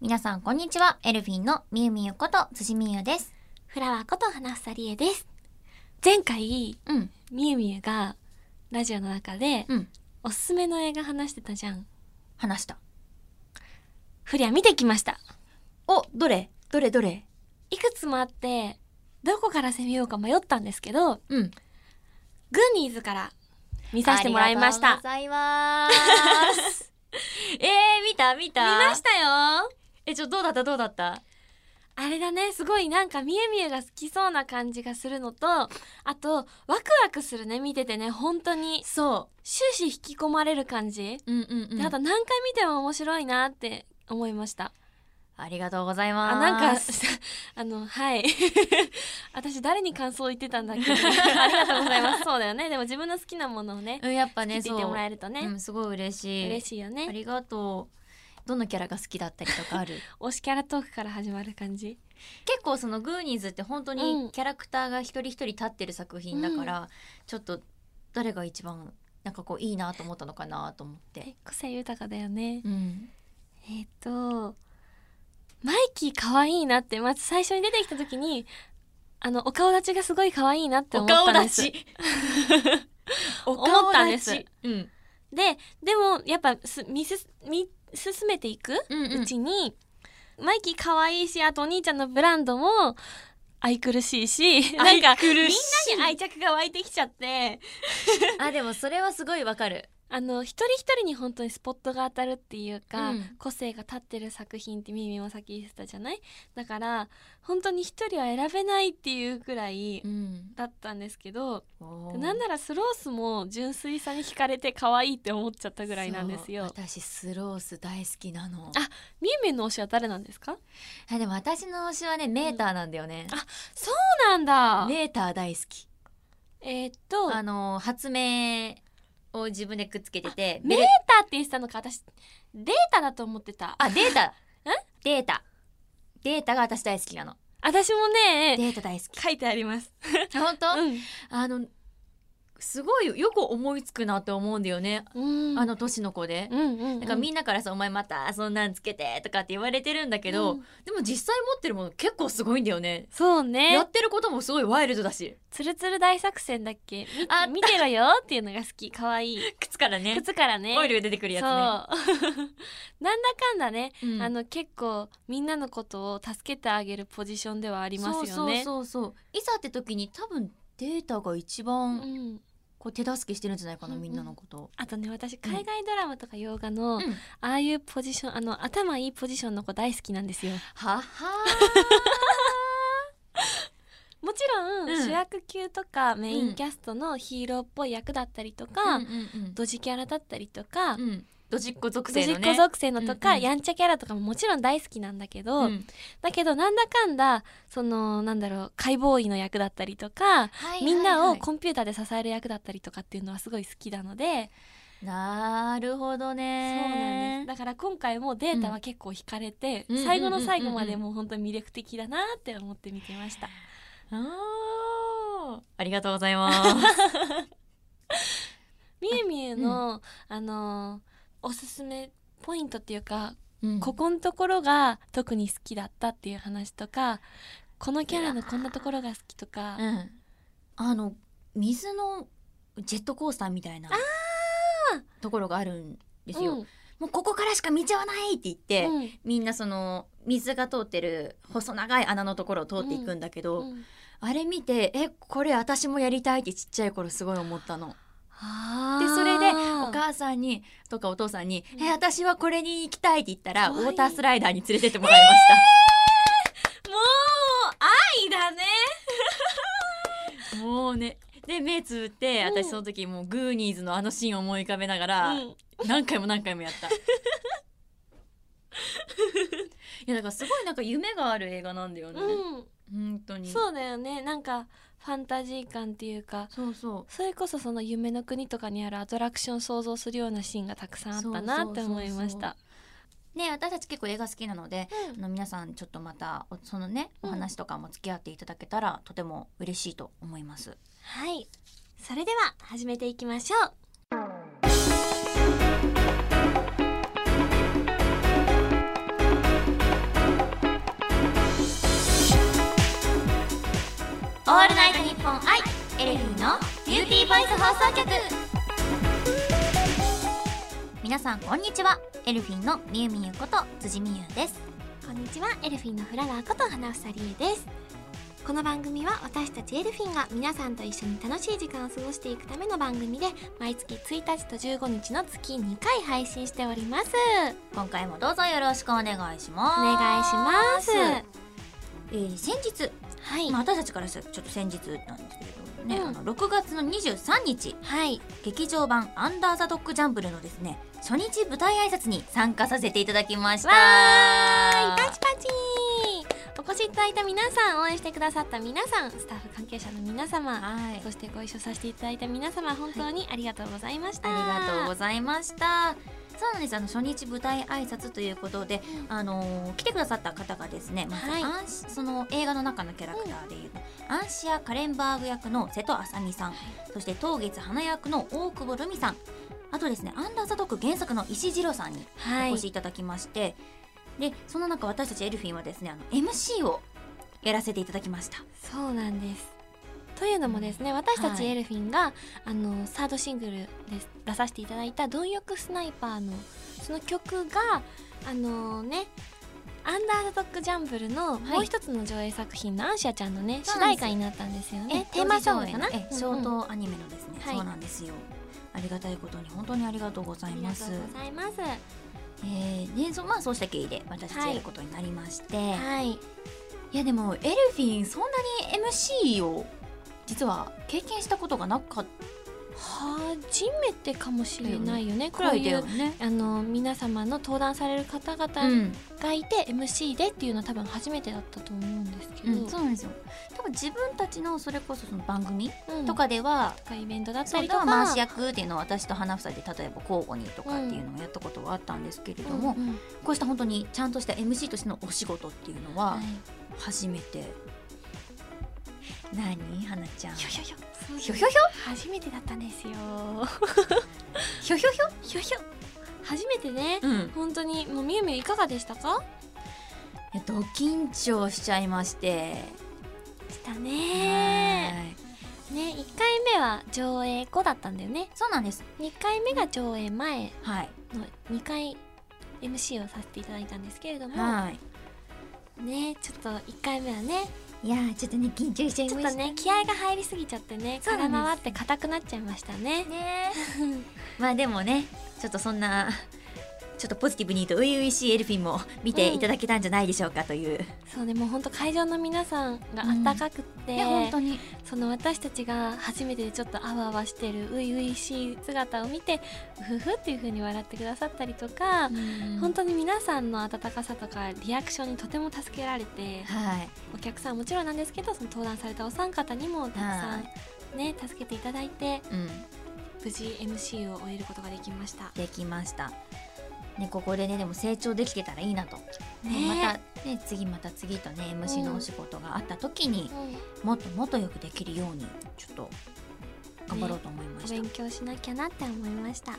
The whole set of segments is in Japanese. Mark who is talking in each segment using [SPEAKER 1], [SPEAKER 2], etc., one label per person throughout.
[SPEAKER 1] 皆さんこんにちは。エルフィンのみゆみゆこと辻みゆです。
[SPEAKER 2] フラワーこと花房理恵です。前回、
[SPEAKER 1] うん。
[SPEAKER 2] みゆみゆがラジオの中で、
[SPEAKER 1] うん。
[SPEAKER 2] おすすめの映画話してたじゃん。
[SPEAKER 1] 話した。
[SPEAKER 2] フリア見てきました。
[SPEAKER 1] お、どれどれどれ
[SPEAKER 2] いくつもあって、どこから攻めようか迷ったんですけど、
[SPEAKER 1] うん。
[SPEAKER 2] グーニーズから見させてもらいまし
[SPEAKER 1] ありがとう
[SPEAKER 2] た
[SPEAKER 1] ご。ざいます。 えー、見た見
[SPEAKER 2] 見
[SPEAKER 1] た。
[SPEAKER 2] ましたよ
[SPEAKER 1] え、ちょ、どうだったどうだった
[SPEAKER 2] あれだね、すごいなんかみゆみゆが好きそうな感じがするのと、あと、ワクワクするね、見ててね、本当に。
[SPEAKER 1] そ
[SPEAKER 2] 終始引き込まれる感じ。
[SPEAKER 1] う。うんうん
[SPEAKER 2] であと何回見ても面白いなって思いました。
[SPEAKER 1] ありがとうございます。
[SPEAKER 2] あなんかあのはい 私誰に感想言ってたんだっ けありがとうございますそうだよねでも自分の好きなものをね
[SPEAKER 1] うん、やっぱ
[SPEAKER 2] 聞
[SPEAKER 1] ね、
[SPEAKER 2] いて
[SPEAKER 1] そう。
[SPEAKER 2] もらえるとね、
[SPEAKER 1] うん、すごい嬉しい。
[SPEAKER 2] 嬉しいよ
[SPEAKER 1] あ
[SPEAKER 2] ね
[SPEAKER 1] りがとう。どのキャラが好きだったりとかある
[SPEAKER 2] 推しキャラトークから始まる感じ
[SPEAKER 1] 結構そのグーニーズって本当
[SPEAKER 2] う
[SPEAKER 1] に
[SPEAKER 2] ん
[SPEAKER 1] キャラクターが一人一人立ってる作品だから、ちょっと誰が一番なんかこういいなと思ったのかなと思って。
[SPEAKER 2] 個性豊かだよね
[SPEAKER 1] うん、
[SPEAKER 2] えっ、とマイキー可愛いなってまず最初に出てきた時にあのお顔立ちがすごい可愛いなって思ったん です
[SPEAKER 1] ちお顔立ち
[SPEAKER 2] 思ったんです
[SPEAKER 1] うん
[SPEAKER 2] ででもやっぱす見す見進めていく
[SPEAKER 1] うんうん
[SPEAKER 2] うちに、マイキー可愛いしあとお兄ちゃんのブランドも愛くるし いしなんかみんなに愛着が湧いてきちゃって
[SPEAKER 1] あでもそれはすごいわかる。
[SPEAKER 2] あの一人一人に本当にスポットが当たるっていうか、
[SPEAKER 1] うん
[SPEAKER 2] 個性が立ってる作品ってミミもさっき言ってたじゃないだから本当に一人は選べないっていうくらい
[SPEAKER 1] うん、
[SPEAKER 2] だったんですけど、
[SPEAKER 1] おー
[SPEAKER 2] なんならスロースも純粋さに惹かれて可愛いって思っちゃったぐらいなんですよ
[SPEAKER 1] そう私スロース大好きなの。
[SPEAKER 2] あミミの推しは誰なんですか
[SPEAKER 1] あでも私の推しはねメーターなんだよね。
[SPEAKER 2] そうなんだ、
[SPEAKER 1] メーター大好き。
[SPEAKER 2] えーっと
[SPEAKER 1] あの発明を自分でくっつけてて
[SPEAKER 2] メー
[SPEAKER 1] ベレ
[SPEAKER 2] ターって言ってたのか私データだと思ってたあ
[SPEAKER 1] あデータデータデータが私大好きなの
[SPEAKER 2] 私も
[SPEAKER 1] デ
[SPEAKER 2] ね
[SPEAKER 1] ータ大好
[SPEAKER 2] 書いてあります
[SPEAKER 1] き 本当、
[SPEAKER 2] うん、
[SPEAKER 1] あのすごいよく思いつくなって思うんだよね、
[SPEAKER 2] うん、
[SPEAKER 1] あの年の子で
[SPEAKER 2] う、んうんうん、
[SPEAKER 1] なんかみんなからさ「お前またそんなんつけて」とかって言われてるんだけど、
[SPEAKER 2] うん
[SPEAKER 1] でも実際持ってるもの結構すごいんだよね
[SPEAKER 2] そう
[SPEAKER 1] や
[SPEAKER 2] ね
[SPEAKER 1] ってることもすごいワイルドだし
[SPEAKER 2] つるつる大作戦だっけ
[SPEAKER 1] あ
[SPEAKER 2] み見てろよっていうのが好き可愛い
[SPEAKER 1] 靴からね
[SPEAKER 2] 靴からね
[SPEAKER 1] オイルが出てくる
[SPEAKER 2] そう
[SPEAKER 1] や
[SPEAKER 2] な
[SPEAKER 1] つ
[SPEAKER 2] んだ かんだね、
[SPEAKER 1] ね、うん
[SPEAKER 2] あの結構みんなのことを助けてあげるポジションではありますよね
[SPEAKER 1] そうそうそうそういざって時に多分データが一番、
[SPEAKER 2] うん、
[SPEAKER 1] こう手助けしてるんじゃないかな、
[SPEAKER 2] うんうん
[SPEAKER 1] みんなのこと。
[SPEAKER 2] あとね私海外ドラマとか洋画の、
[SPEAKER 1] うん
[SPEAKER 2] ああいうポジションあの頭いいポジションの子大好きなんですよ
[SPEAKER 1] はは。
[SPEAKER 2] もちろん、
[SPEAKER 1] うん
[SPEAKER 2] 主役級とかメインキャストのヒーローっぽい役だったりとか、
[SPEAKER 1] うんうん
[SPEAKER 2] ドジキャラだったりとか、
[SPEAKER 1] うん。うん。ドジっ子属
[SPEAKER 2] ド
[SPEAKER 1] 性
[SPEAKER 2] ジ
[SPEAKER 1] の
[SPEAKER 2] っ
[SPEAKER 1] ね。
[SPEAKER 2] 子属性のとか、
[SPEAKER 1] うんうん
[SPEAKER 2] やんちゃキャラとかももちろん大好きなんだけど、
[SPEAKER 1] うん
[SPEAKER 2] だけどなんだかんだそのなんだろう解剖医の役だったりとか、みんなをコンピューターで支える役だったりとかっていうのはすごい好きなので、
[SPEAKER 1] なるほど
[SPEAKER 2] そうなんです
[SPEAKER 1] ね。
[SPEAKER 2] だから今回もデータは結構惹かれて、
[SPEAKER 1] うん
[SPEAKER 2] 最後の最後までもう本当に魅力的だなって思って見てました。
[SPEAKER 1] そうなんです。あーありがとうございます。
[SPEAKER 2] みゆみゆの、あのーおすすめポイント っていうか、
[SPEAKER 1] うん
[SPEAKER 2] ここのところが特に好きだったっていう話とかこのキャラのこんなところが好きとか、
[SPEAKER 1] うん。あの、水のジェットコースターみたいな。ところがあるんですよ。
[SPEAKER 2] うん
[SPEAKER 1] もうここからしか道はないって言って。
[SPEAKER 2] うん
[SPEAKER 1] みんなその水が通ってる細長い穴のところを通っていくんだけど、
[SPEAKER 2] うん
[SPEAKER 1] あれ見てえこれ私もやりたいってちっちゃい頃すごい思ったの。
[SPEAKER 2] あ
[SPEAKER 1] で
[SPEAKER 2] ー
[SPEAKER 1] それでお母さんにとかお父さんに「
[SPEAKER 2] うん
[SPEAKER 1] え私はこれに行きたい」って言ったら
[SPEAKER 2] か
[SPEAKER 1] ウ
[SPEAKER 2] わいい
[SPEAKER 1] ォータースライダーに連れてってもらいました。
[SPEAKER 2] もう愛だね
[SPEAKER 1] もうねで目つぶって
[SPEAKER 2] うん
[SPEAKER 1] 私その時もうグーニーズのあのシーンを思い浮かべながら、
[SPEAKER 2] うん
[SPEAKER 1] 何回も何回もや った。いやだからすごいなんか夢がある映画なんだよね、本当
[SPEAKER 2] うん
[SPEAKER 1] に
[SPEAKER 2] そうだよねなんかファンタジー感っていうか
[SPEAKER 1] そうそう
[SPEAKER 2] それこそその夢の国とかにあるアトラクションを想像するようなシーンがたくさんあったなって思いました。
[SPEAKER 1] ね私たち結構映画好きなのであの皆さんちょっとまたおそのね
[SPEAKER 2] う
[SPEAKER 1] お
[SPEAKER 2] ん
[SPEAKER 1] 話とかも付き合っていただけたら、とても嬉しいと思います
[SPEAKER 2] はい。それでは始めていきましょう。
[SPEAKER 1] 送局皆さんこんにちはエルフィンのみゆみゆこと辻美優です
[SPEAKER 2] こんにちはエルフィンのフララーこと花房理恵ですこの番組は私たちエルフィンが皆さんと一緒に楽しい時間を過ごしていくための番組で毎月1日と15日の月2回配信しております
[SPEAKER 1] 今回もどうぞよろしくお願いします
[SPEAKER 2] お願いします
[SPEAKER 1] えー先日、
[SPEAKER 2] はい、
[SPEAKER 1] まあ、私たちからしたらちょっと先日なんですけれどもね、
[SPEAKER 2] うん
[SPEAKER 1] あの6月の23日
[SPEAKER 2] はい
[SPEAKER 1] 劇場版「アンダー・ザ・ドッグ・ジャンブル」のですね初日舞台挨拶に参加させていただきました
[SPEAKER 2] パチパチお越しいただいた皆さん応援してくださった皆さんスタッフ関係者の皆様
[SPEAKER 1] はい
[SPEAKER 2] そしてご一緒させていただいた皆様本当にありがとうございました、
[SPEAKER 1] ありがとうございました。そうなんですあの初日舞台挨拶ということで、あのー来てくださった方がですねまず、
[SPEAKER 2] はい
[SPEAKER 1] アンシその映画の中のキャラクターでいう、アンシア・カレンバーグ役の瀬戸麻美さん、そして東月花役の大久保留美さんあとですね「アンダー・ザ・ドッグ」原作の石次郎さんにお
[SPEAKER 2] はい
[SPEAKER 1] 越しいただきまして、でその中私たちエルフィンはですねあの MC をやらせていただきました。
[SPEAKER 2] そうなんですというのもですね私たちエルフィンが、あのサードシングルで出させていただいた「貪欲スナイパーの」その曲があのね「アンダーザ・ドッグ・ジャンブル」のもう一つの上映作品の「アンシアちゃん」のね
[SPEAKER 1] そう
[SPEAKER 2] 主
[SPEAKER 1] なんです
[SPEAKER 2] 題歌になったんですよ
[SPEAKER 1] え
[SPEAKER 2] ね
[SPEAKER 1] テ
[SPEAKER 2] テ
[SPEAKER 1] ー
[SPEAKER 2] ー
[SPEAKER 1] マ
[SPEAKER 2] マ
[SPEAKER 1] ソ
[SPEAKER 2] ソ
[SPEAKER 1] ング
[SPEAKER 2] ング
[SPEAKER 1] か
[SPEAKER 2] か
[SPEAKER 1] な
[SPEAKER 2] な、
[SPEAKER 1] えショ
[SPEAKER 2] うんう
[SPEAKER 1] ー
[SPEAKER 2] ん
[SPEAKER 1] トアニメのですね、
[SPEAKER 2] はい
[SPEAKER 1] そうなんですよありがたいことに本当にありがとうござ
[SPEAKER 2] あ
[SPEAKER 1] い
[SPEAKER 2] りが
[SPEAKER 1] ま
[SPEAKER 2] と
[SPEAKER 1] す
[SPEAKER 2] うございます
[SPEAKER 1] えーでそうまあそうした経緯で私たち
[SPEAKER 2] はい
[SPEAKER 1] やることになりまして、い、
[SPEAKER 2] はい
[SPEAKER 1] やでもエルフィンそんなに MC を実は経験したことがなかっ
[SPEAKER 2] 初めてかもしれないよね
[SPEAKER 1] た
[SPEAKER 2] こ
[SPEAKER 1] くら
[SPEAKER 2] う
[SPEAKER 1] いだ
[SPEAKER 2] い
[SPEAKER 1] よ
[SPEAKER 2] う
[SPEAKER 1] ね
[SPEAKER 2] あの皆様の登壇される方
[SPEAKER 1] う
[SPEAKER 2] 々
[SPEAKER 1] ん、
[SPEAKER 2] がいて、MC でっていうのは多分初めてだったと思うんですけど、
[SPEAKER 1] うん、そうなんですよ多分自分たちのそれこそその番組
[SPEAKER 2] うん
[SPEAKER 1] とかでは、
[SPEAKER 2] とかイベントだった
[SPEAKER 1] そ
[SPEAKER 2] り
[SPEAKER 1] れ
[SPEAKER 2] と
[SPEAKER 1] と
[SPEAKER 2] か
[SPEAKER 1] は回し役っていうのを私と花房で例えば交互にとかっていうのをやったことはあったんですけれども、
[SPEAKER 2] うんうん
[SPEAKER 1] こうした本当にちゃんとした MC としてのお仕事っていうのは
[SPEAKER 2] はい、い
[SPEAKER 1] 初めて、何花ちゃん
[SPEAKER 2] やいやいやそう
[SPEAKER 1] ひょひょひょ
[SPEAKER 2] 初めてだったんですよ
[SPEAKER 1] ひょひょひょ
[SPEAKER 2] ひょひょ初めてね、
[SPEAKER 1] うん
[SPEAKER 2] 本当にもうみゆみゆいかがでしたか
[SPEAKER 1] えド緊張しちゃいまして
[SPEAKER 2] した
[SPEAKER 1] は
[SPEAKER 2] ね
[SPEAKER 1] い
[SPEAKER 2] ね一回目は上映後だったんだよね
[SPEAKER 1] そうなんです
[SPEAKER 2] 二回目が上映前
[SPEAKER 1] はい
[SPEAKER 2] の二回 MC をさせていただいたんですけれども、
[SPEAKER 1] はい
[SPEAKER 2] ねちょっと一回目はね
[SPEAKER 1] いやーちょっとね緊張しちゃい
[SPEAKER 2] ちょっ
[SPEAKER 1] ま
[SPEAKER 2] と
[SPEAKER 1] した
[SPEAKER 2] ね気合が入りすぎちゃってね
[SPEAKER 1] そうなん
[SPEAKER 2] 空
[SPEAKER 1] です
[SPEAKER 2] 回って硬くなっちゃいましたね
[SPEAKER 1] ね まあでもねちょっとそんなちょっとポジティブに言うと初々しいエルフィンも見ていただけたんじゃないでしょうかという、
[SPEAKER 2] そうねもう本当会場の皆さんが温かくって、
[SPEAKER 1] に
[SPEAKER 2] その私たちが初めてちょっとあわあわしてる初々しい姿を見てうふふっていう風に笑ってくださったりとか、本当に皆さんの温かさとかリアクションにとても助けられて
[SPEAKER 1] はい
[SPEAKER 2] お客さんはもちろんなんですけどその登壇されたお三方にもたくさ
[SPEAKER 1] は
[SPEAKER 2] んね助けていただいて
[SPEAKER 1] うん
[SPEAKER 2] 無事 MC を終えることができました。
[SPEAKER 1] できました。ね、ここでねでも成長できてたらいいなと、またね次また次とね MC のお仕事があった時に、
[SPEAKER 2] うん
[SPEAKER 1] もっともっとよくできるようにちょっと頑張ろうと思いま
[SPEAKER 2] お
[SPEAKER 1] した、
[SPEAKER 2] 勉強しなきゃなって思いました。
[SPEAKER 1] はい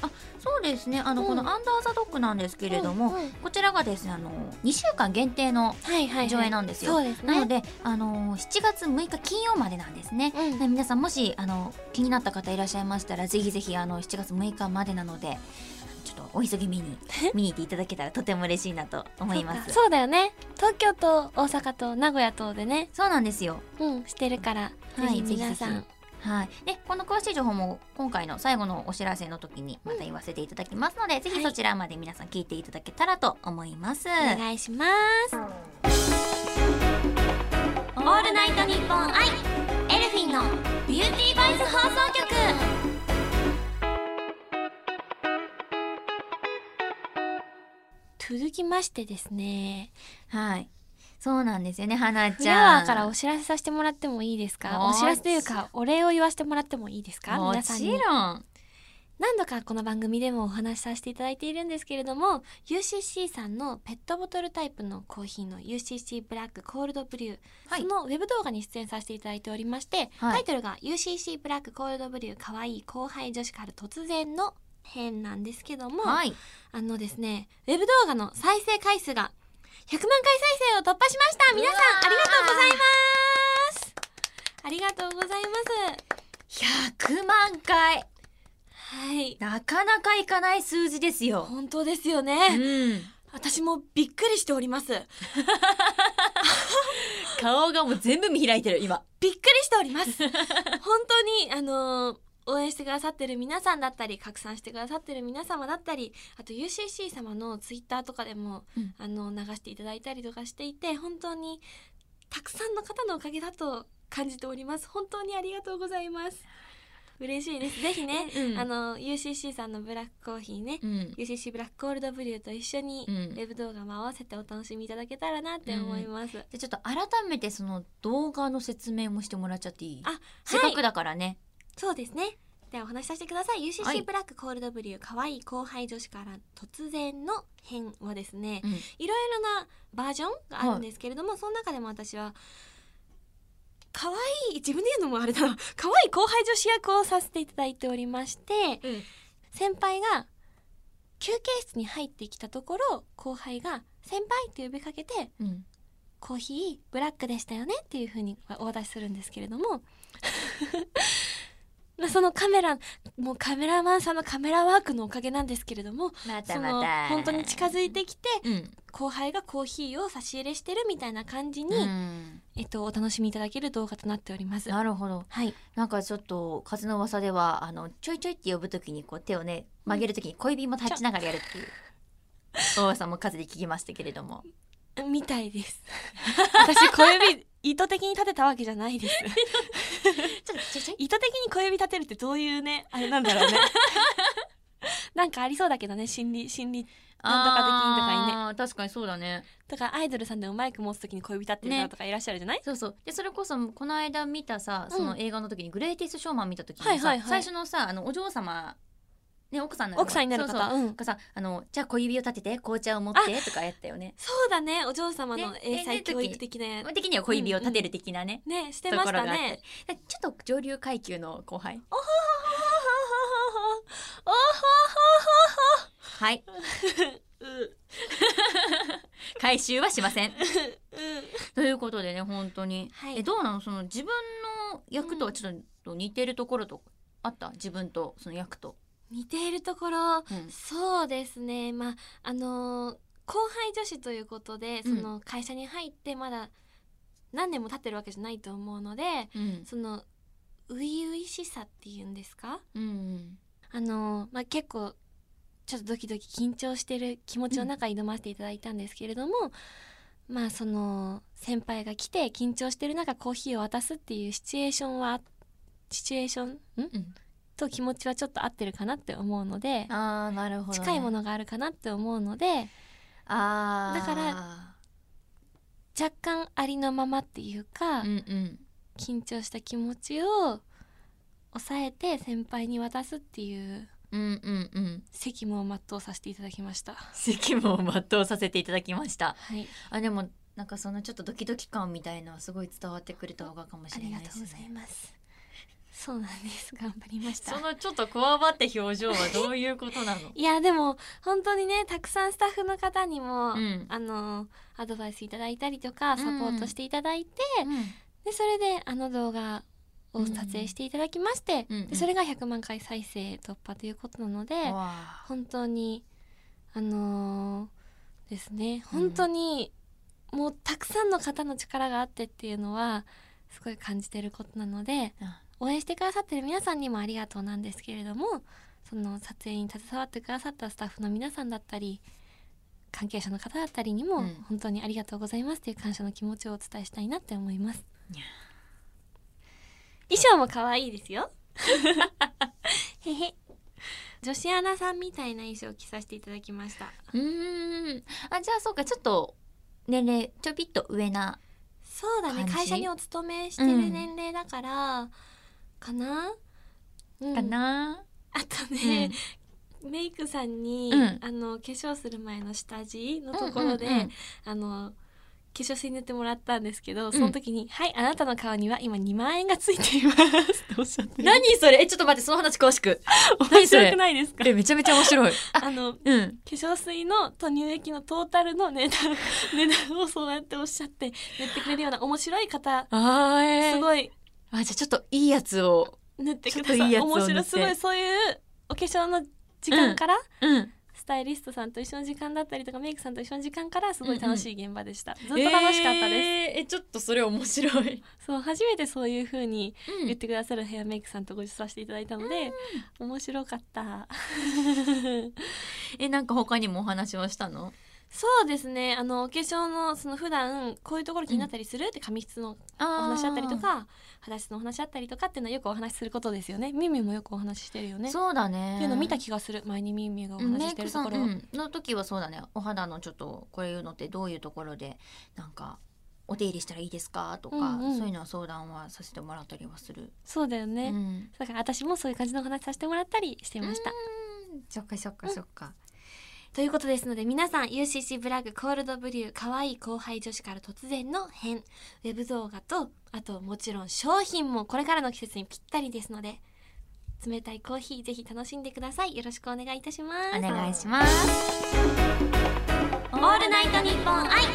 [SPEAKER 1] あそうですねあの、
[SPEAKER 2] うん
[SPEAKER 1] この「アンダー・ザ・ドッグ」なんですけれども、
[SPEAKER 2] うんうん
[SPEAKER 1] こちらがですねあの2週間限定の
[SPEAKER 2] はいはいはい
[SPEAKER 1] 上映なんですよ
[SPEAKER 2] そうですね。
[SPEAKER 1] なので、あの7月6日金曜までなんですね、
[SPEAKER 2] うん
[SPEAKER 1] で皆さんもしあの気になった方いらっしゃいましたらぜひぜひあの7月6日までなのでちょっとお急ぎ目に見に行っていただけたらとても嬉しいなと思います
[SPEAKER 2] そ
[SPEAKER 1] そうう
[SPEAKER 2] かそうだよね東京と大阪と名古屋とでね
[SPEAKER 1] なんですよ
[SPEAKER 2] うんしてるから、
[SPEAKER 1] はい
[SPEAKER 2] ぜひ皆さん
[SPEAKER 1] ぜはいでこの詳しい情報も今回の最後のお知らせの時にまた言わせていただきますので、ぜひそちらまで皆さん聞いていただけたらと思います、
[SPEAKER 2] お願いします
[SPEAKER 1] オールナイトニッポンアイエルフィンのビューティーバイス放送局
[SPEAKER 2] 続きましてですね
[SPEAKER 1] はいそうなんですよね花
[SPEAKER 2] フ
[SPEAKER 1] ち
[SPEAKER 2] ラ
[SPEAKER 1] ゃ
[SPEAKER 2] ワ
[SPEAKER 1] ん
[SPEAKER 2] ーからお知らせさせてもらってもいいですか
[SPEAKER 1] も
[SPEAKER 2] お
[SPEAKER 1] ち
[SPEAKER 2] 知らせというかお礼を言わせてもらってもいいですか
[SPEAKER 1] も
[SPEAKER 2] 皆さん
[SPEAKER 1] ち
[SPEAKER 2] に
[SPEAKER 1] ろん
[SPEAKER 2] 何度かこの番組でもお話しさせていただいているんですけれども UCC さんのペットボトルタイプのコーヒーの UCC ブラックコールドブリュー、
[SPEAKER 1] はい
[SPEAKER 2] そのウェブ動画に出演させていただいておりまして、
[SPEAKER 1] はい
[SPEAKER 2] タイトルが UCC ブラックコールドブリューかわいい後輩女子から突然の編なんですけども、
[SPEAKER 1] はい
[SPEAKER 2] あのですねウェブ動画の再生回数が100万回再生を突破しました皆さんありがとうございますありがとうございます
[SPEAKER 1] 100万回
[SPEAKER 2] はい
[SPEAKER 1] なかなかいかない数字ですよ。
[SPEAKER 2] 本当ですよ
[SPEAKER 1] う
[SPEAKER 2] ね
[SPEAKER 1] ん、
[SPEAKER 2] 私もびっくりしております
[SPEAKER 1] 顔がもう全部見開いてる今。
[SPEAKER 2] びっくりしております 本当にあのー応援してくださってる皆さんだったり拡散してくださってる皆様だったりあと UCC 様のツイッターとかでも、
[SPEAKER 1] うん、
[SPEAKER 2] あの流していただいたりとかしていて本当にたくさんの方のおかげだと感じております本当にありがとうございます嬉しいですぜひね
[SPEAKER 1] うん
[SPEAKER 2] あの UCC さんのブラックコーヒーね、
[SPEAKER 1] うん
[SPEAKER 2] UCC ブラックコールドブリューと一緒に
[SPEAKER 1] うん
[SPEAKER 2] ウェブ動画も合わせてお楽しみいただけたらなって思います、
[SPEAKER 1] でちょっと改めてその動画の説明もしてもらっちゃっていい
[SPEAKER 2] あ
[SPEAKER 1] せっかくだからね、
[SPEAKER 2] そうですね。ではお話しさせてください。UCC、
[SPEAKER 1] はい
[SPEAKER 2] ブラックコールドブリュー可愛い後輩女子から突然の編はですね、
[SPEAKER 1] うん
[SPEAKER 2] いろいろなバージョンがあるんですけれども、その中でも私は可愛い自分で言うのもあれだな。 可愛い後輩女子役をさせていただいておりまして、
[SPEAKER 1] うん
[SPEAKER 2] 先輩が休憩室に入ってきたところ、後輩が先輩って呼びかけて、
[SPEAKER 1] うん
[SPEAKER 2] コーヒーブラックでしたよねっていうふうにお渡しするんですけれども そのカメラもうカメラマンさんのカメラワークのおかげなんですけれども
[SPEAKER 1] また
[SPEAKER 2] そ
[SPEAKER 1] ま
[SPEAKER 2] の
[SPEAKER 1] た
[SPEAKER 2] 本当に近づいてきて
[SPEAKER 1] うん、
[SPEAKER 2] 後輩がコーヒーを差し入れしてるみたいな感じに、
[SPEAKER 1] うん、
[SPEAKER 2] えっと、お楽しみいただける動画となっております。
[SPEAKER 1] なるほど
[SPEAKER 2] はい、
[SPEAKER 1] なんかちょっと風の噂ではあのちょいちょいって呼ぶときにこう手をね曲げるときに小指も立ちながらやるっていう大和さんも風で聞きましたけれども
[SPEAKER 2] みた いです。私小指意図的に立てたわけじゃな いです。
[SPEAKER 1] ちょっとちょいちょい
[SPEAKER 2] 意図的に小指立てるってどういうねあれなんだろ うね。なんかありそうだけどね心理心理なんとかできんとかにね
[SPEAKER 1] あー確かにそうだね
[SPEAKER 2] だからアイドルさんでもマイク持つときに恋人ってる
[SPEAKER 1] ね
[SPEAKER 2] 方とかいらっしゃるじゃない、
[SPEAKER 1] そうそうでそれこそこの間見たさ
[SPEAKER 2] うん
[SPEAKER 1] その映画の時に「グレイティスト・ショーマン」見た時にさ、
[SPEAKER 2] はいはいはい
[SPEAKER 1] 最初のさあのお嬢様ね奥さんなの
[SPEAKER 2] 奥さんになる方
[SPEAKER 1] そうそう
[SPEAKER 2] うん
[SPEAKER 1] なんかさあのじゃあ小指を立てて紅茶を持ってとかやったよね
[SPEAKER 2] そうだねお嬢様の
[SPEAKER 1] ね
[SPEAKER 2] 英
[SPEAKER 1] ね
[SPEAKER 2] 才教育的なや
[SPEAKER 1] 基本的には小指を立てる的なね、
[SPEAKER 2] ねしてました
[SPEAKER 1] ところがあって
[SPEAKER 2] ね
[SPEAKER 1] でちょっと上流階級の後輩はい回収はしませ んということでね本当に、
[SPEAKER 2] はい
[SPEAKER 1] えどうなのその自分の役とはちょっと似てるところとかあった自分とその役と、
[SPEAKER 2] 似ているところ
[SPEAKER 1] うん
[SPEAKER 2] そうですねまああのー後輩女子ということでそ
[SPEAKER 1] うん
[SPEAKER 2] の会社に入ってまだ何年も経ってるわけじゃないと思うので
[SPEAKER 1] うん
[SPEAKER 2] その初々しさっていうんですか
[SPEAKER 1] うん
[SPEAKER 2] あのーまあ結構ちょっとドキドキ緊張してる気持ちの中挑ませていただいたんですけれども、まあその先輩が来て緊張してる中コーヒーを渡すっていうシチュエーションはシチュエーションん
[SPEAKER 1] うん
[SPEAKER 2] と気持ちはちょっと合ってるかなって思うので、
[SPEAKER 1] あーなるほどね、
[SPEAKER 2] 近いものがあるかなって思うので
[SPEAKER 1] あー
[SPEAKER 2] だか若干ありのままっていうか、
[SPEAKER 1] うんうん
[SPEAKER 2] 緊張した気持ちを抑えて先輩に渡すっていう
[SPEAKER 1] うんうんうん
[SPEAKER 2] 責務を全うさせていただきました。
[SPEAKER 1] 責務を全うさせていただきました
[SPEAKER 2] はい
[SPEAKER 1] あでもなんかそのちょっとドキドキ感みたいのはすごい伝わってくれた方がかもし
[SPEAKER 2] あ
[SPEAKER 1] れ
[SPEAKER 2] りが
[SPEAKER 1] ない
[SPEAKER 2] と
[SPEAKER 1] で
[SPEAKER 2] う
[SPEAKER 1] す
[SPEAKER 2] ご
[SPEAKER 1] ね
[SPEAKER 2] ざいます。そうなんです。頑張りました
[SPEAKER 1] そ。のちょっとこわばった表情はどういうことなの
[SPEAKER 2] いやでも本当にねたくさんスタッフの方にも、
[SPEAKER 1] うん
[SPEAKER 2] あのアドバイスいただいたりとか
[SPEAKER 1] ん
[SPEAKER 2] サポートしていただいて、でそれであの動画を撮影していただきまして、
[SPEAKER 1] うんうん
[SPEAKER 2] でそれが100万回再生突破ということなので、
[SPEAKER 1] うわ
[SPEAKER 2] 本当にあのーですね本当に、もうたくさんの方の力があってっていうのはすごい感じてることなので
[SPEAKER 1] あ
[SPEAKER 2] 応援してくださってる皆さんにもありがとうなんですけれどもその撮影に携わってくださったスタッフの皆さんだったり関係者の方だったりにも
[SPEAKER 1] うん
[SPEAKER 2] 本当にありがとうございますという感謝の気持ちをお伝えしたいなって思います
[SPEAKER 1] いや
[SPEAKER 2] 衣装も可愛いで すよへへ女子アナさんみたいな衣装を着させていただきました
[SPEAKER 1] うーんあじゃあそうかちょっと年齢ちょびっと上な
[SPEAKER 2] そうだね
[SPEAKER 1] 感じ
[SPEAKER 2] 会社にお勤めしてる年齢だから、かな、うん
[SPEAKER 1] かな、
[SPEAKER 2] あとね、メイクさんに、
[SPEAKER 1] うん
[SPEAKER 2] あの化粧する前の下地の
[SPEAKER 1] うん
[SPEAKER 2] ところで、
[SPEAKER 1] うんうん
[SPEAKER 2] あの化粧水塗ってもらったんですけどその時に「はいあなたの顔には今2万円がついています」っておっしゃって
[SPEAKER 1] 何それえちょっと待ってその話詳しく
[SPEAKER 2] 面白くないですか
[SPEAKER 1] えめちゃめちゃ面白いあ
[SPEAKER 2] あの化
[SPEAKER 1] うん
[SPEAKER 2] 粧水のと乳液のトータルの 値段値段をそうやっておっしゃって塗ってくれるような面白い方
[SPEAKER 1] あーえー
[SPEAKER 2] すごい
[SPEAKER 1] あじゃあちょっといいやつを
[SPEAKER 3] 塗ってくだ
[SPEAKER 1] ちょ
[SPEAKER 3] さ
[SPEAKER 1] っ
[SPEAKER 3] い
[SPEAKER 1] といいやつを塗
[SPEAKER 3] 面
[SPEAKER 1] って
[SPEAKER 3] 白いすごいそういうお化粧の時間から、
[SPEAKER 1] うん
[SPEAKER 3] スタイリストさんと一緒の時間だったりとかメイクさんと一緒の時間からすごい楽しい現場でした、ずっと楽しかったです、
[SPEAKER 1] えーえちょっとそれ面白い、
[SPEAKER 3] そう初めてそういう風に
[SPEAKER 1] う
[SPEAKER 3] 言っ
[SPEAKER 1] ん
[SPEAKER 3] てくださるヘアメイクさんとご一緒させていただいたので、面白かった
[SPEAKER 1] えなんか他にもお話はしたの
[SPEAKER 3] そうですねあのお化粧のその普段こういうところ気になったりする、って髪質の
[SPEAKER 1] あ
[SPEAKER 3] お話
[SPEAKER 1] ー
[SPEAKER 3] だったりとか肌質のお話だったりとかっていうのはよくお話しすることですよねミミもよくお話ししてるよねっ
[SPEAKER 1] そうだね
[SPEAKER 3] ていうのを見た気がする前にミミがお
[SPEAKER 1] うん
[SPEAKER 3] 話し
[SPEAKER 1] メ
[SPEAKER 3] して
[SPEAKER 1] イク
[SPEAKER 3] る
[SPEAKER 1] さ
[SPEAKER 3] と
[SPEAKER 1] ん、
[SPEAKER 3] ころは、
[SPEAKER 1] うんの時はそうだねお肌のちょっとこれいうのってどういうところでなんかお手入れしたらいいですかとか、
[SPEAKER 3] うんうん
[SPEAKER 1] そういうのは相談はさせてもらったりはする。
[SPEAKER 3] そうだよね、
[SPEAKER 1] うん、
[SPEAKER 3] だから私もそういう感じのお話させてもらったりしてました、
[SPEAKER 1] そっかそっかそっか。
[SPEAKER 2] ということですので皆さん UCC ブラックコールドブリュー可愛い後輩女子から突然の変ウェブ動画とあともちろん商品もこれからの季節にぴったりですので冷たいコーヒーぜひ楽しんでくださいよろしくお願いいたします
[SPEAKER 1] お願いします。
[SPEAKER 2] オールナイトニッポンアイ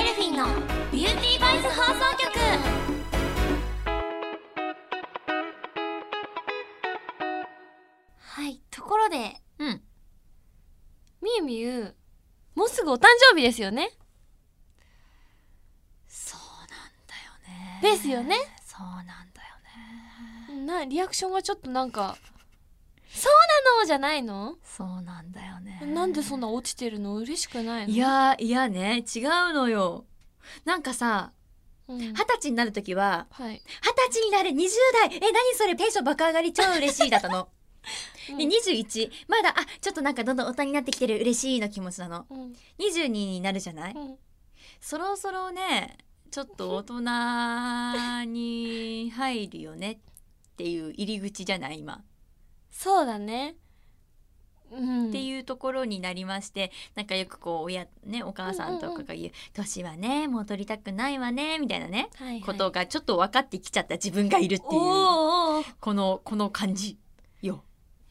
[SPEAKER 2] エルフィンのビューティーバイス放送局はいところで
[SPEAKER 1] うん。
[SPEAKER 2] みゆみゆもうすぐお誕生日ですよね
[SPEAKER 1] そうなんだよね。
[SPEAKER 2] ですよね。
[SPEAKER 1] そうなんだよね。
[SPEAKER 2] なリアクションがちょっとなんかそうなのじゃないの
[SPEAKER 1] そうなんだよね。
[SPEAKER 2] なんでそんな落ちてるの嬉しくないの
[SPEAKER 1] い、やーいやね違うのよ。なんかさ
[SPEAKER 2] うん
[SPEAKER 1] 二十歳になる時は
[SPEAKER 2] はい
[SPEAKER 1] 二十歳になる20代え何それテンション爆上がり超嬉しいだったの
[SPEAKER 2] うん
[SPEAKER 1] で21まだあちょっとなんかどんどん大人になってきてる嬉しいの気持ちなの
[SPEAKER 2] うん
[SPEAKER 1] 22になるじゃない
[SPEAKER 2] うん
[SPEAKER 1] そろそろねちょっと大人に入るよねっていう入り口じゃない今、
[SPEAKER 2] そうだねうん
[SPEAKER 1] っていうところになりましてなんかよくこう親ねお母さんとかが言う「年、はねもう取りたくないわね」みたいなね
[SPEAKER 2] はいはい
[SPEAKER 1] ことがちょっと分かってきちゃった自分がいるっていう
[SPEAKER 2] おーおーおー
[SPEAKER 1] このこの感じよ。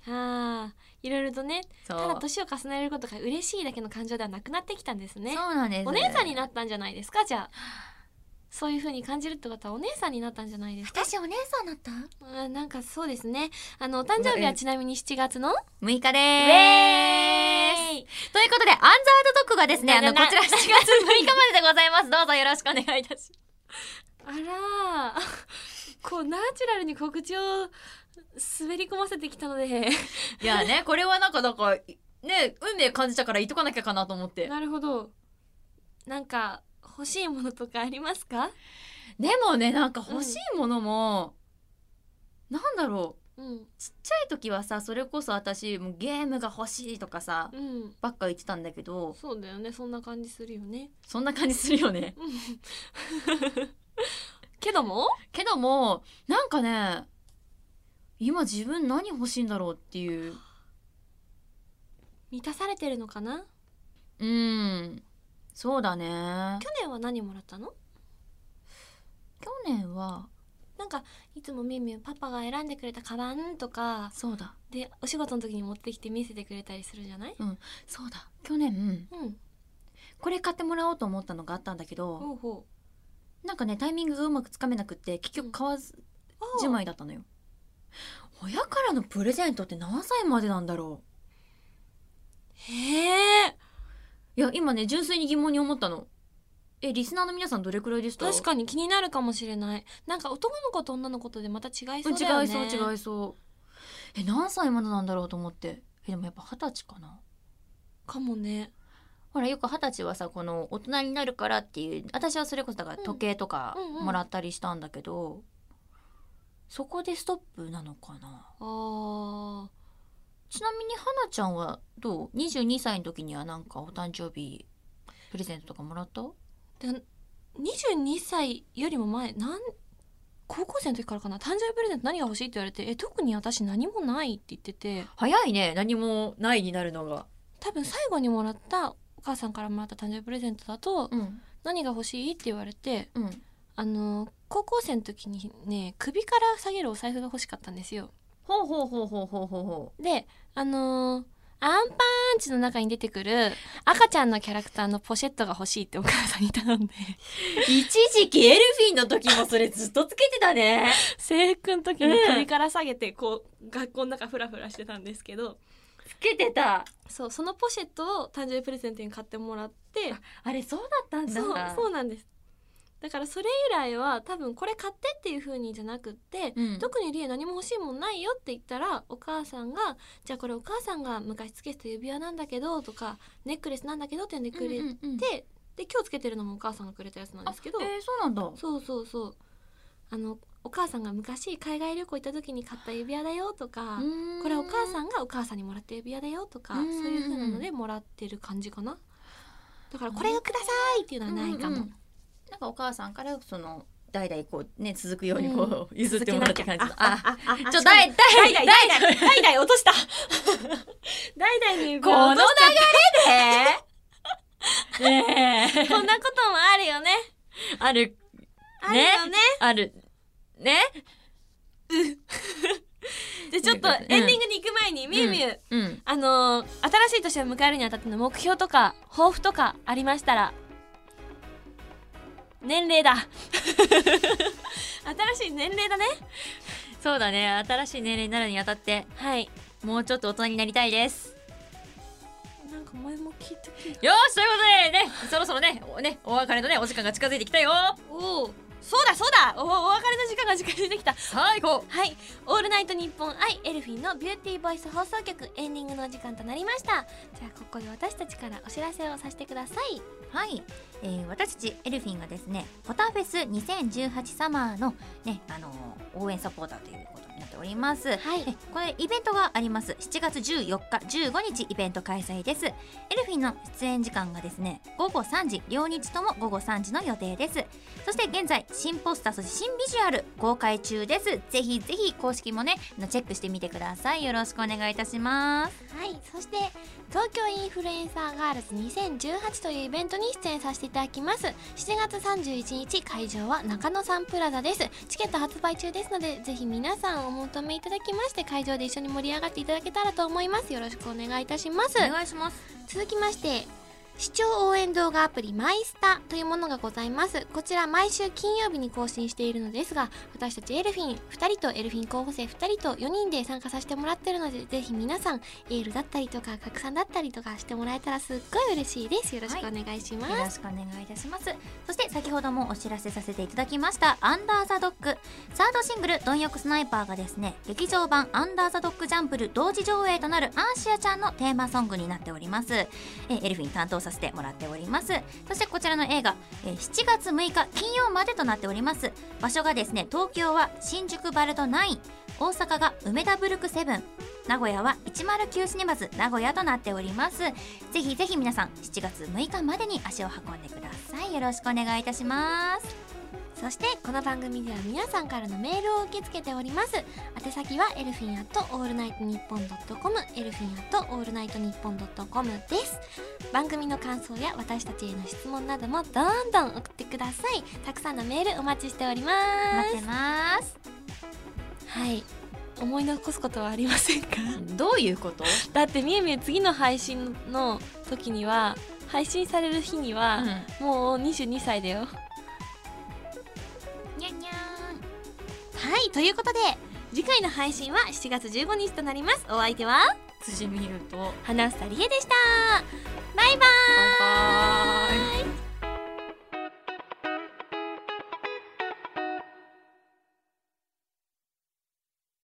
[SPEAKER 2] あーいろいろとね
[SPEAKER 1] そう
[SPEAKER 2] ただ年を重ねることが嬉しいだけの感情ではなくなってきたんですね
[SPEAKER 1] そうなんです
[SPEAKER 2] お姉さんになったんじゃないですかじゃあそういう風に感じるってことはお姉さんになったんじゃないですか
[SPEAKER 1] 私お姉さんだった
[SPEAKER 2] うんなんかそうですねあのお誕生日はちなみに7月の
[SPEAKER 1] 6日でーす
[SPEAKER 2] ウェーイ
[SPEAKER 1] ということでアンザードドッグがですねあのこ
[SPEAKER 2] なな
[SPEAKER 1] ちら7月6日まででございますどうぞよろしくお願いいたし
[SPEAKER 2] あらー こうナチュラルに告知を滑り込ませてきたので
[SPEAKER 1] ますいやねこれはなんかなんかね運命感じたから言っとかなきゃかなと思って
[SPEAKER 2] なるほどなんか欲しいものとかありますか
[SPEAKER 1] でもねなんか欲しいものも、なんだろう
[SPEAKER 2] うん
[SPEAKER 1] ちっちゃい時はさそれこそ私もうゲームが欲しいとかさ
[SPEAKER 2] うん
[SPEAKER 1] ばっか言ってたんだけど
[SPEAKER 2] そうだよねそんな感じするよね
[SPEAKER 1] そんな感じするよね
[SPEAKER 2] けども
[SPEAKER 1] けどもなんかね今自分何欲しいんだろうっていう
[SPEAKER 2] 満たされてるのかな
[SPEAKER 1] うんそうだね
[SPEAKER 2] 去年は何もらったの
[SPEAKER 1] 去年は
[SPEAKER 2] なんかいつもみゆみゆパパが選んでくれたカバンとか
[SPEAKER 1] そうだ
[SPEAKER 2] でお仕事の時に持ってきて見せてくれたりするじゃない
[SPEAKER 1] そうだ去年
[SPEAKER 2] うん
[SPEAKER 1] これ買ってもらおうと思ったのがあったんだけど
[SPEAKER 2] ほうほ
[SPEAKER 1] なんかねタイミングがうまくつかめなくって結局買わず
[SPEAKER 2] うあー
[SPEAKER 1] じまいだったのよ親からのプレゼントって何歳までなんだろ
[SPEAKER 2] へえ
[SPEAKER 1] ういや今ね純粋に疑問に思ったのえリスナーの皆さんどれくらいでした
[SPEAKER 2] 確かに気になるかもしれないなんか男の子と女の子とでまた違いそうだよ
[SPEAKER 1] 違
[SPEAKER 2] ね
[SPEAKER 1] いそう違
[SPEAKER 2] う
[SPEAKER 1] いそうえ何歳までなんだろうと思ってえでもやっぱ二十歳かな
[SPEAKER 2] かもね
[SPEAKER 1] ほらよく二十歳はさこの大人になるからっていう私はそれこそだから
[SPEAKER 2] うん
[SPEAKER 1] 時計とか
[SPEAKER 2] うんうん
[SPEAKER 1] もらったりしたんだけど、そこでストップなのかな
[SPEAKER 2] あー
[SPEAKER 1] ちなみに花ちゃんはどう22歳の時にはなんかお誕生日プレゼントとかもらった
[SPEAKER 2] で22歳よりも前なん高校生の時からかな誕生日プレゼント何が欲しいって言われてえ特に私何もないって言ってて
[SPEAKER 1] 早いね何もないになるのが
[SPEAKER 2] 多分最後にもらったお母さんからもらった誕生日プレゼントだと
[SPEAKER 1] うん
[SPEAKER 2] 何が欲しいって言われて
[SPEAKER 1] うん
[SPEAKER 2] あの高校生の時にね首から下げるお財布が欲しかったんですよ
[SPEAKER 1] ほうほうほうほうほうほうほ
[SPEAKER 2] であのーアンパンチの中に出てくる赤ちゃんのキャラクターのポシェットが欲しいってお母さんに 頼んで
[SPEAKER 1] 一時期エルフィンの時もそれずっとつけてたね
[SPEAKER 2] 制服の時に首から下げてこう学校の中フラフラしてたんですけど
[SPEAKER 1] つけてた
[SPEAKER 2] そうそのポシェットを誕生日プレゼントに買ってもらって
[SPEAKER 1] あれそうだったんだ
[SPEAKER 2] そうそうなんですだからそれ以来は多分これ買ってっていう風にじゃなくって、
[SPEAKER 1] うん
[SPEAKER 2] 特にリエ何も欲しいもんないよって言ったらお母さんが「じゃあこれお母さんが昔つけてた指輪なんだけど」とか「ネックレスなんだけど」って呼んでくれて、
[SPEAKER 1] うんうんうん
[SPEAKER 2] で今日つけてるのもお母さんがくれたやつなんですけど、
[SPEAKER 1] あえー、そうなんだ
[SPEAKER 2] そうそうそうあのお母さんが昔海外旅行行った時に買った指輪だよとか。これお母さ
[SPEAKER 1] ん
[SPEAKER 2] んがお母さんにもらった指輪だよとか
[SPEAKER 1] う
[SPEAKER 2] そ
[SPEAKER 1] ん
[SPEAKER 2] う
[SPEAKER 1] うんうん
[SPEAKER 2] いう風なのでもらってる感じかなだからこれをくださいっていうのはないかも、
[SPEAKER 1] うんうんなんかお母さんからその代々こうね続くようにこう、譲ってもらった感じのあ
[SPEAKER 2] あああ
[SPEAKER 1] ちょ代々代々代々
[SPEAKER 2] 代々落とした代々に
[SPEAKER 1] この流 れでねえ
[SPEAKER 2] こんなこともあるよね
[SPEAKER 1] ある
[SPEAKER 2] あるよね
[SPEAKER 1] あるね
[SPEAKER 2] でちょっと
[SPEAKER 1] うん
[SPEAKER 2] エンディングに行く前にみゆみゆ
[SPEAKER 1] うん
[SPEAKER 2] あのー新しい年を迎えるにあたっての目標とか抱負とかありましたら年齢 だ新しい年齢だね
[SPEAKER 1] そうだね新しい年齢になるにあたって
[SPEAKER 2] はい
[SPEAKER 1] もうちょっと大人になりたいです
[SPEAKER 2] なんか前も聞いたけど
[SPEAKER 1] よーしということでねそろそろねおねお別れのねお時間が近づいてきたよ
[SPEAKER 2] おおそうだそうだおお別れの時間が近づいてきた
[SPEAKER 1] 最高
[SPEAKER 2] はい、オールナイトニッポンアイエルフィンのビューティーボイス放送局エンディングのお時間となりました。じゃあここで私たちからお知らせをさせてください。
[SPEAKER 1] はい、えー私たちエルフィンがですねポタフェス2018サマーのねあのー応援サポーターということになっております
[SPEAKER 2] はい
[SPEAKER 1] え これイベントがあります7月14日15日イベント開催ですエルフィンの出演時間がですね午後3時両日とも午後3時の予定ですそして現在新ポスターそして新ビジュアル公開中ですぜひぜひ公式もねあのチェックしてみてくださいよろしくお願いいたします
[SPEAKER 4] はい、そして東京インフルエンサーガールズ2018というイベントに出演させていただきます7月31日会場は中野サンプラザですチケット発売中ですのでぜひ皆さんお求めいただきまして会場で一緒に盛り上がっていただけたらと思いますよろしくお願いいたします
[SPEAKER 1] お願いします
[SPEAKER 4] 続きまして視聴応援動画アプリマイスタというものがございますこちら毎週金曜日に更新しているのですが私たちエルフィン2人とエルフィン候補生2人と4人で参加させてもらってるのでぜひ皆さんエールだったりとか拡散だったりとかしてもらえたらすっごい嬉しいですよろしくお願いします、
[SPEAKER 1] よろしくお願いいたしますそして先ほどもお知らせさせていただきました「アンダー・ザ・ドッグ」サードシングル「貪欲スナイパー」がですね劇場版「アンダー・ザ・ドッグ・ジャンプル」同時上映となるアンシアちゃんのテーマソングになっておりますえエルフィン担当させてもらっておりますそしてこちらの映画え7月6日金曜までとなっております場所がですね東京は新宿バルト9大阪が梅田ブルク7名古屋は109シネマズ名古屋となっておりますぜひぜひ皆さん7月6日までに足を運んでくださいよろしくお願いいたします
[SPEAKER 4] そしてこの番組では皆さんからのメールを受け付けております宛先はエルフィンアットオールナイトニッポンドットコムエルフィンアットオールナイトニッポンドットコムです番組の感想や私たちへの質問などもどんどん送ってくださいたくさんのメールお待ちしておりま
[SPEAKER 1] 待ってます
[SPEAKER 2] すはい思い残すことはありませ んか
[SPEAKER 1] どういうこと
[SPEAKER 2] だってみゆみゆ次の配信の時には配信される日に
[SPEAKER 1] うん
[SPEAKER 2] は、もう22歳だよ
[SPEAKER 1] にゃんにゃ
[SPEAKER 4] すはいということで
[SPEAKER 2] 次回の配信は7月15日となりますお相手は
[SPEAKER 1] ーん辻見ると
[SPEAKER 2] 花房理恵でした
[SPEAKER 1] バイバーイ